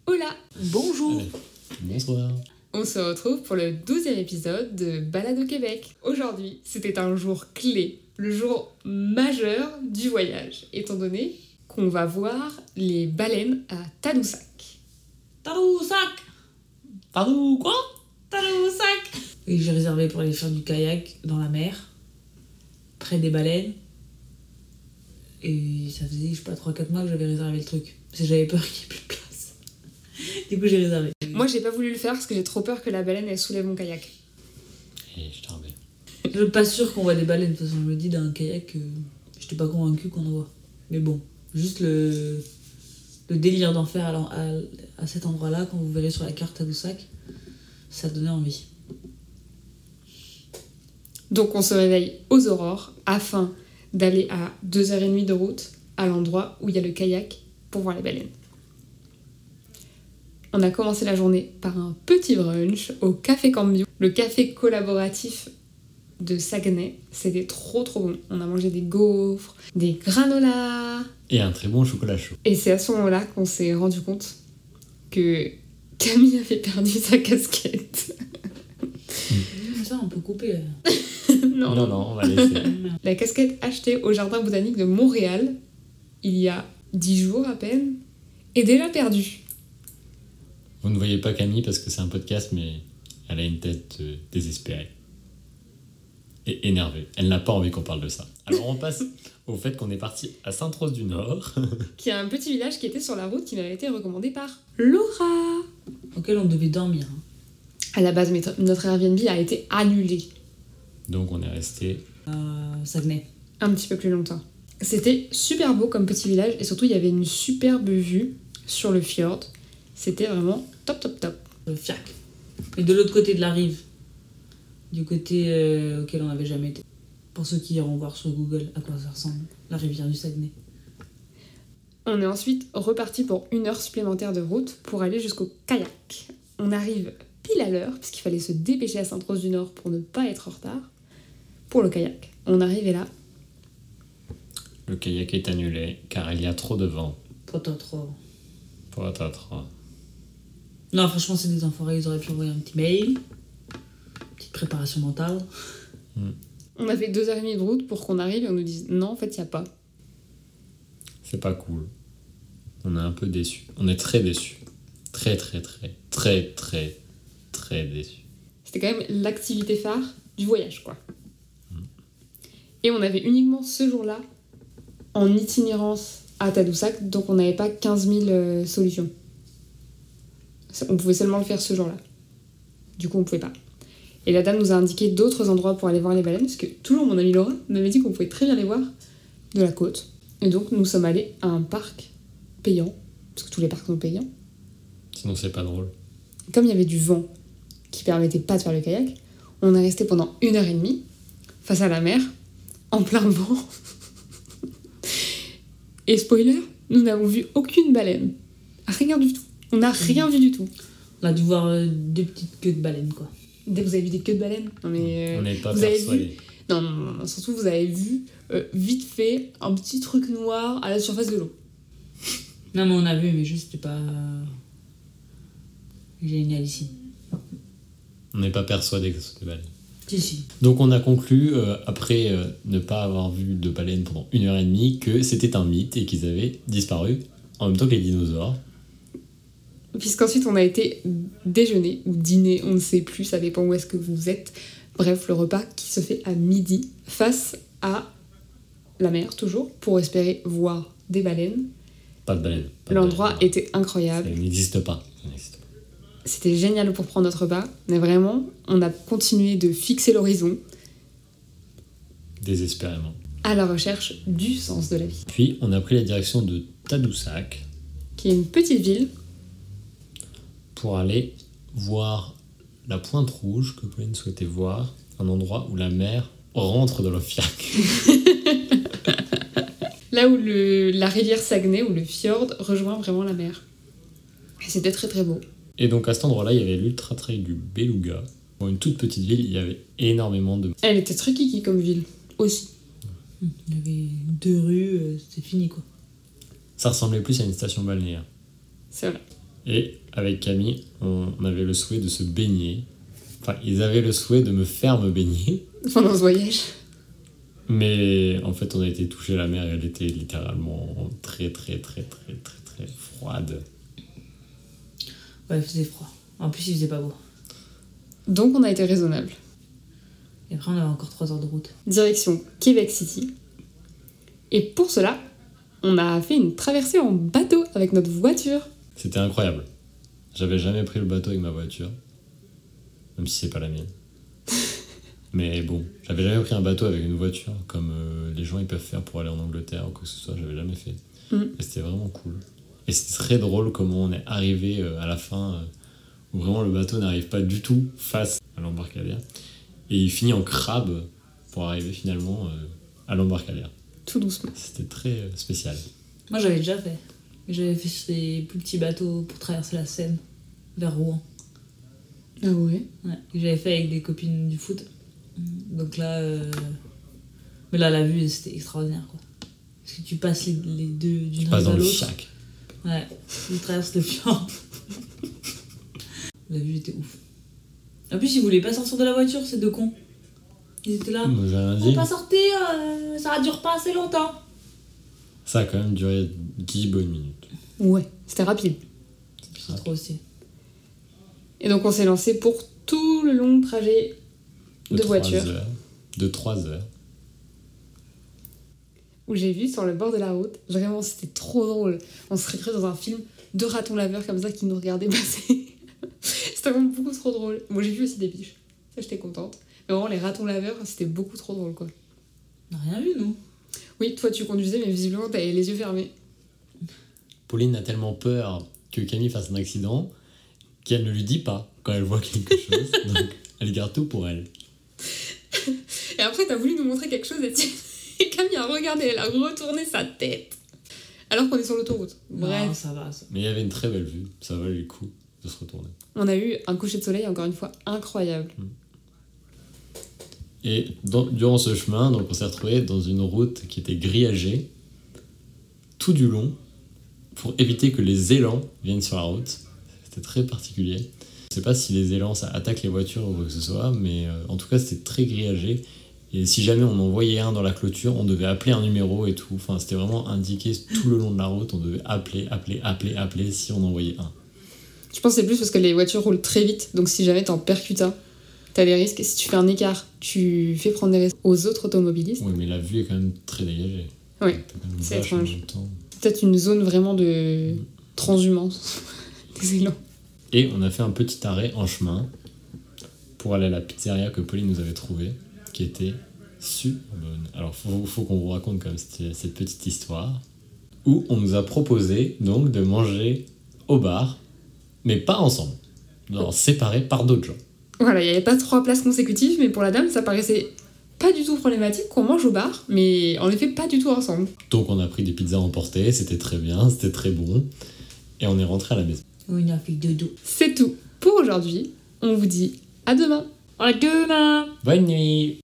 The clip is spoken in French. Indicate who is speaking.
Speaker 1: Nicolas. Bonjour.
Speaker 2: Bonsoir.
Speaker 1: On se retrouve pour le 12e épisode de Balade au Québec. Aujourd'hui, c'était un jour clé, le jour majeur du voyage, étant donné qu'on va voir les baleines à Tadoussac.
Speaker 3: Tadoussac
Speaker 2: Pardon, quoi
Speaker 3: Tadoussac Et j'ai réservé pour aller faire du kayak dans la mer, près des baleines. Et ça faisait, je sais pas, 3-4 mois que j'avais réservé le truc. Parce que j'avais peur qu'il n'y ait plus de place. Du coup, j'ai réservé.
Speaker 1: Moi, j'ai pas voulu le faire parce que j'ai trop peur que la baleine elle soulève mon kayak.
Speaker 2: Et je t'en vais.
Speaker 3: Je suis pas sûre qu'on voit des baleines, de toute façon, je me dis, d'un kayak, euh, j'étais pas convaincue qu'on en voit. Mais bon, juste le, le délire d'en faire à, l'en- à- à cet endroit-là, quand vous verrez sur la carte Tadoussac, ça donnait envie.
Speaker 1: Donc, on se réveille aux aurores afin d'aller à 2h30 de route à l'endroit où il y a le kayak pour voir les baleines. On a commencé la journée par un petit brunch au Café Cambio, le café collaboratif de Saguenay. C'était trop trop bon. On a mangé des gaufres, des granolas.
Speaker 2: Et un très bon chocolat chaud.
Speaker 1: Et c'est à ce moment-là qu'on s'est rendu compte que Camille avait perdu sa casquette.
Speaker 3: Ça, on peut couper. euh, là.
Speaker 1: non,
Speaker 2: non, on va laisser.
Speaker 1: La casquette achetée au Jardin botanique de Montréal il y a 10 jours à peine est déjà perdue.
Speaker 2: Vous ne voyez pas Camille parce que c'est un podcast, mais elle a une tête euh, désespérée. Et énervée. Elle n'a pas envie qu'on parle de ça. Alors on passe au fait qu'on est parti à Sainte-Rose du Nord.
Speaker 1: Qui est un petit village qui était sur la route qui m'avait été recommandé par Laura.
Speaker 3: Auquel on devait dormir. hein.
Speaker 1: À la base, notre notre Airbnb a été annulé
Speaker 2: Donc on est resté.
Speaker 3: Euh, Saguenay.
Speaker 1: un petit peu plus longtemps. C'était super beau comme petit village et surtout il y avait une superbe vue sur le fjord. C'était vraiment top top top.
Speaker 3: Le fiac. Et de l'autre côté de la rive. Du côté euh, auquel on n'avait jamais été. Pour ceux qui iront voir sur Google à quoi ça ressemble, la rivière du Saguenay.
Speaker 1: On est ensuite reparti pour une heure supplémentaire de route pour aller jusqu'au kayak. On arrive pile à l'heure, puisqu'il fallait se dépêcher à Sainte-Rose-du-Nord pour ne pas être en retard, pour le kayak. On arrive et là,
Speaker 2: Le kayak est annulé car il y a trop de vent.
Speaker 3: Pourtant trop.
Speaker 2: Pour attendre.
Speaker 3: Non, franchement, c'est des enfoirés, ils auraient pu envoyer un petit mail. Petite préparation mentale.
Speaker 1: on a fait deux heures et demie de route pour qu'on arrive et on nous dise non, en fait, il n'y a pas.
Speaker 2: C'est pas cool. On est un peu déçu. On est très déçu. Très très très très très très déçu.
Speaker 1: C'était quand même l'activité phare du voyage, quoi. Et on avait uniquement ce jour-là en itinérance à Tadoussac, donc on n'avait pas 15 000 euh, solutions. Ça- On pouvait seulement le faire ce jour-là. Du coup, on pouvait pas. Et la dame nous a indiqué d'autres endroits pour aller voir les baleines, parce que toujours mon amie Laura m'avait dit qu'on pouvait très bien les voir de la côte. Et donc, nous sommes allés à un parc payant, parce que tous les parcs sont payants
Speaker 2: Sinon c'est pas drôle.
Speaker 1: comme il y avait du vent qui permettait pas de faire le kayak, on est resté pendant une heure et demie face à la mer, en plein vent. Et spoiler, nous n'avons vu aucune baleine. Rien du tout. On n'a rien vu du tout.
Speaker 3: On a dû voir euh, deux petites queues de baleine, quoi.
Speaker 1: Dès vous avez vu des queues de baleines Non mais... euh,
Speaker 2: On n'est pas
Speaker 1: vous avez
Speaker 2: persuadé.
Speaker 1: Non, non, non, non, surtout vous avez vu euh, vite fait un petit truc noir à la surface de l'eau.
Speaker 3: Non, mais on a vu, mais juste, c'était pas. euh, Génialissime.
Speaker 2: On n'est pas persuadé que ce soit des baleines.
Speaker 3: Si, si.
Speaker 2: Donc on a conclu, euh, après euh, ne pas avoir vu de baleines pendant une heure et demie, que c'était un mythe et qu'ils avaient disparu en même temps que les dinosaures.
Speaker 1: Puisqu'ensuite on a été déjeuner ou dîner, on ne sait plus, ça dépend où est-ce que vous êtes. Bref, le repas qui se fait à midi face à la mer toujours pour espérer voir des baleines.
Speaker 2: Pas de baleines. pas de
Speaker 1: L'endroit
Speaker 2: baleines.
Speaker 1: était incroyable.
Speaker 2: Ça n'existe pas. Ça n'existe pas.
Speaker 1: C'était génial pour prendre notre repas, mais vraiment, on a continué de fixer l'horizon
Speaker 2: Désespérément.
Speaker 1: à la recherche du sens de la vie,
Speaker 2: Puis on a pris la direction de Tadoussac
Speaker 1: qui est une petite ville
Speaker 2: pour aller voir la pointe rouge que Pauline souhaitait voir, un endroit où la mer rentre dans le fiac.
Speaker 1: Là où le- la rivière Saguenay ou le fjord rejoint vraiment la mer. Et C'était très très beau.
Speaker 2: Et donc à cet endroit-là, il y avait l'ultra trail du Beluga. Pour une toute petite ville, il y avait énormément de
Speaker 1: Elle était très kiki comme ville aussi.
Speaker 3: Hum, Il y avait deux rues, euh, c'était fini, quoi.
Speaker 2: Ça ressemblait plus à une station balnéaire.
Speaker 1: C'est vrai.
Speaker 2: Et avec Camille, on avait le souhait de se baigner. Enfin, ils avaient le souhait de me faire me baigner.
Speaker 1: pendant ce voyage.
Speaker 2: Mais en fait, on a été touché la mer et elle était littéralement très, très, très, très, très, très froide.
Speaker 3: Ouais, il faisait froid. En plus, il faisait pas beau.
Speaker 1: Donc on a été raisonnable.
Speaker 3: Et après, on avait encore 3 heures de route.
Speaker 1: Direction Québec City. Et pour cela, on a fait une traversée en bateau avec notre voiture.
Speaker 2: C'était incroyable. J'avais jamais pris le bateau avec ma voiture. Même si c'est pas la mienne. Mais bon, j'avais jamais pris un bateau avec une voiture comme euh, les gens ils peuvent faire pour aller en Angleterre ou quoi que ce soit, j'avais jamais fait.
Speaker 1: Mm.
Speaker 2: Et c'était vraiment cool. Et c'est très drôle comment on est arrivé euh, à la fin euh, où vraiment le bateau n'arrive pas du tout face à l'embarcadère. Et il finit en crabe pour arriver finalement euh, à l'embarcadère.
Speaker 1: Tout doucement.
Speaker 2: C'était très euh, spécial.
Speaker 3: Moi, j'avais déjà fait. J'avais fait sur des plus petits bateaux pour traverser la Seine vers Rouen.
Speaker 1: Ah ouais
Speaker 3: Ouais, que j'avais fait avec des copines du foot. Donc là. euh, Mais là, la vue, c'était extraordinaire, quoi. Parce que tu passes les, les deux
Speaker 2: Je
Speaker 3: d'une
Speaker 2: passe
Speaker 3: rive
Speaker 2: dans
Speaker 3: à
Speaker 2: le
Speaker 3: l'autre.
Speaker 2: chac.
Speaker 3: Ouais, tu traverses le fjord. la vue était ouf. En plus, ils voulaient pas sortir de la voiture, ces deux cons. Ils étaient là.
Speaker 2: Moi, j'ai rien
Speaker 3: On
Speaker 2: dit.
Speaker 3: va pas sortir, euh, ça dure pas assez longtemps.
Speaker 2: Ça a quand même duré 10 bonnes minutes.
Speaker 1: Ouais, c'était rapide.
Speaker 3: Je trouve aussi.
Speaker 1: Et donc on s'est lancé pour tout le long trajet de,
Speaker 2: trois
Speaker 1: voiture
Speaker 2: heures. De 3 heures.
Speaker 1: où j'ai vu sur le bord de la route. Vraiment, c'était trop drôle. On serait cru dans un film de ratons laveurs comme ça qui nous regardaient passer. c'était vraiment beaucoup trop drôle. Moi, j'ai vu aussi des biches. Ça, j'étais contente. Mais vraiment, les ratons laveurs, c'était beaucoup trop drôle, quoi.
Speaker 3: On n'a rien vu, nous.
Speaker 1: Oui, toi, tu conduisais, mais visiblement, t'avais les yeux fermés.
Speaker 2: Pauline a tellement peur que Camille fasse un accident qu'elle ne lui dit pas quand elle voit quelque chose. Donc, elle garde tout pour elle.
Speaker 1: Et après, t'as voulu nous montrer quelque chose et, tu- et Camille a regardé, elle a retourné sa tête. Alors qu'on est sur l'autoroute. Bref.
Speaker 3: Non, ça va, ça.
Speaker 2: Mais il y avait une très belle vue. Ça valait le coup de se retourner.
Speaker 1: On a eu un coucher de soleil, encore une fois, incroyable.
Speaker 2: Et dans- durant ce chemin, donc on s'est retrouvé dans une route qui était grillagée tout du long pour éviter que les élans viennent sur la route. C'était très particulier. Je sais pas si les élans ça attaque les voitures ou quoi que ce soit, mais euh, en tout cas c'était très grillagé. Et si jamais on en voyait un dans la clôture, on devait appeler un numéro et tout. Enfin, c'était vraiment indiqué tout le long de la route. On devait appeler, appeler, appeler, appeler si on en voyait un.
Speaker 1: Je pense que c'est plus parce que les voitures roulent très vite, donc si jamais t'en percutes un, t'as des risques. Si tu fais un écart, tu fais prendre des risques aux autres automobilistes.
Speaker 2: Oui, mais la vue est quand même très dégagée.
Speaker 1: Oui,
Speaker 2: T'as quand même
Speaker 1: c'est
Speaker 2: vachement
Speaker 1: étrange.
Speaker 2: de temps.
Speaker 1: C'est peut-être une zone vraiment de transhumance. des élans.
Speaker 2: Et on a fait un petit arrêt en chemin pour aller à la pizzeria que Pauline nous avait trouvée, qui était super bonne. Alors, faut, faut qu'on vous raconte quand même cette, cette petite histoire, où on nous a proposé donc de manger au bar, mais pas ensemble, genre séparés par d'autres gens.
Speaker 1: Voilà, il n'y avait pas trois places consécutives, mais pour la dame, ça paraissait pas du tout problématique qu'on mange au bar, mais en effet pas du tout ensemble.
Speaker 2: Donc, on a pris des pizzas emportées, c'était très bien, c'était très bon, et on est rentré à la maison.
Speaker 3: Oui, il a fait deux dos.
Speaker 1: C'est tout pour aujourd'hui. On vous dit à demain
Speaker 3: À demain!
Speaker 2: Bonne nuit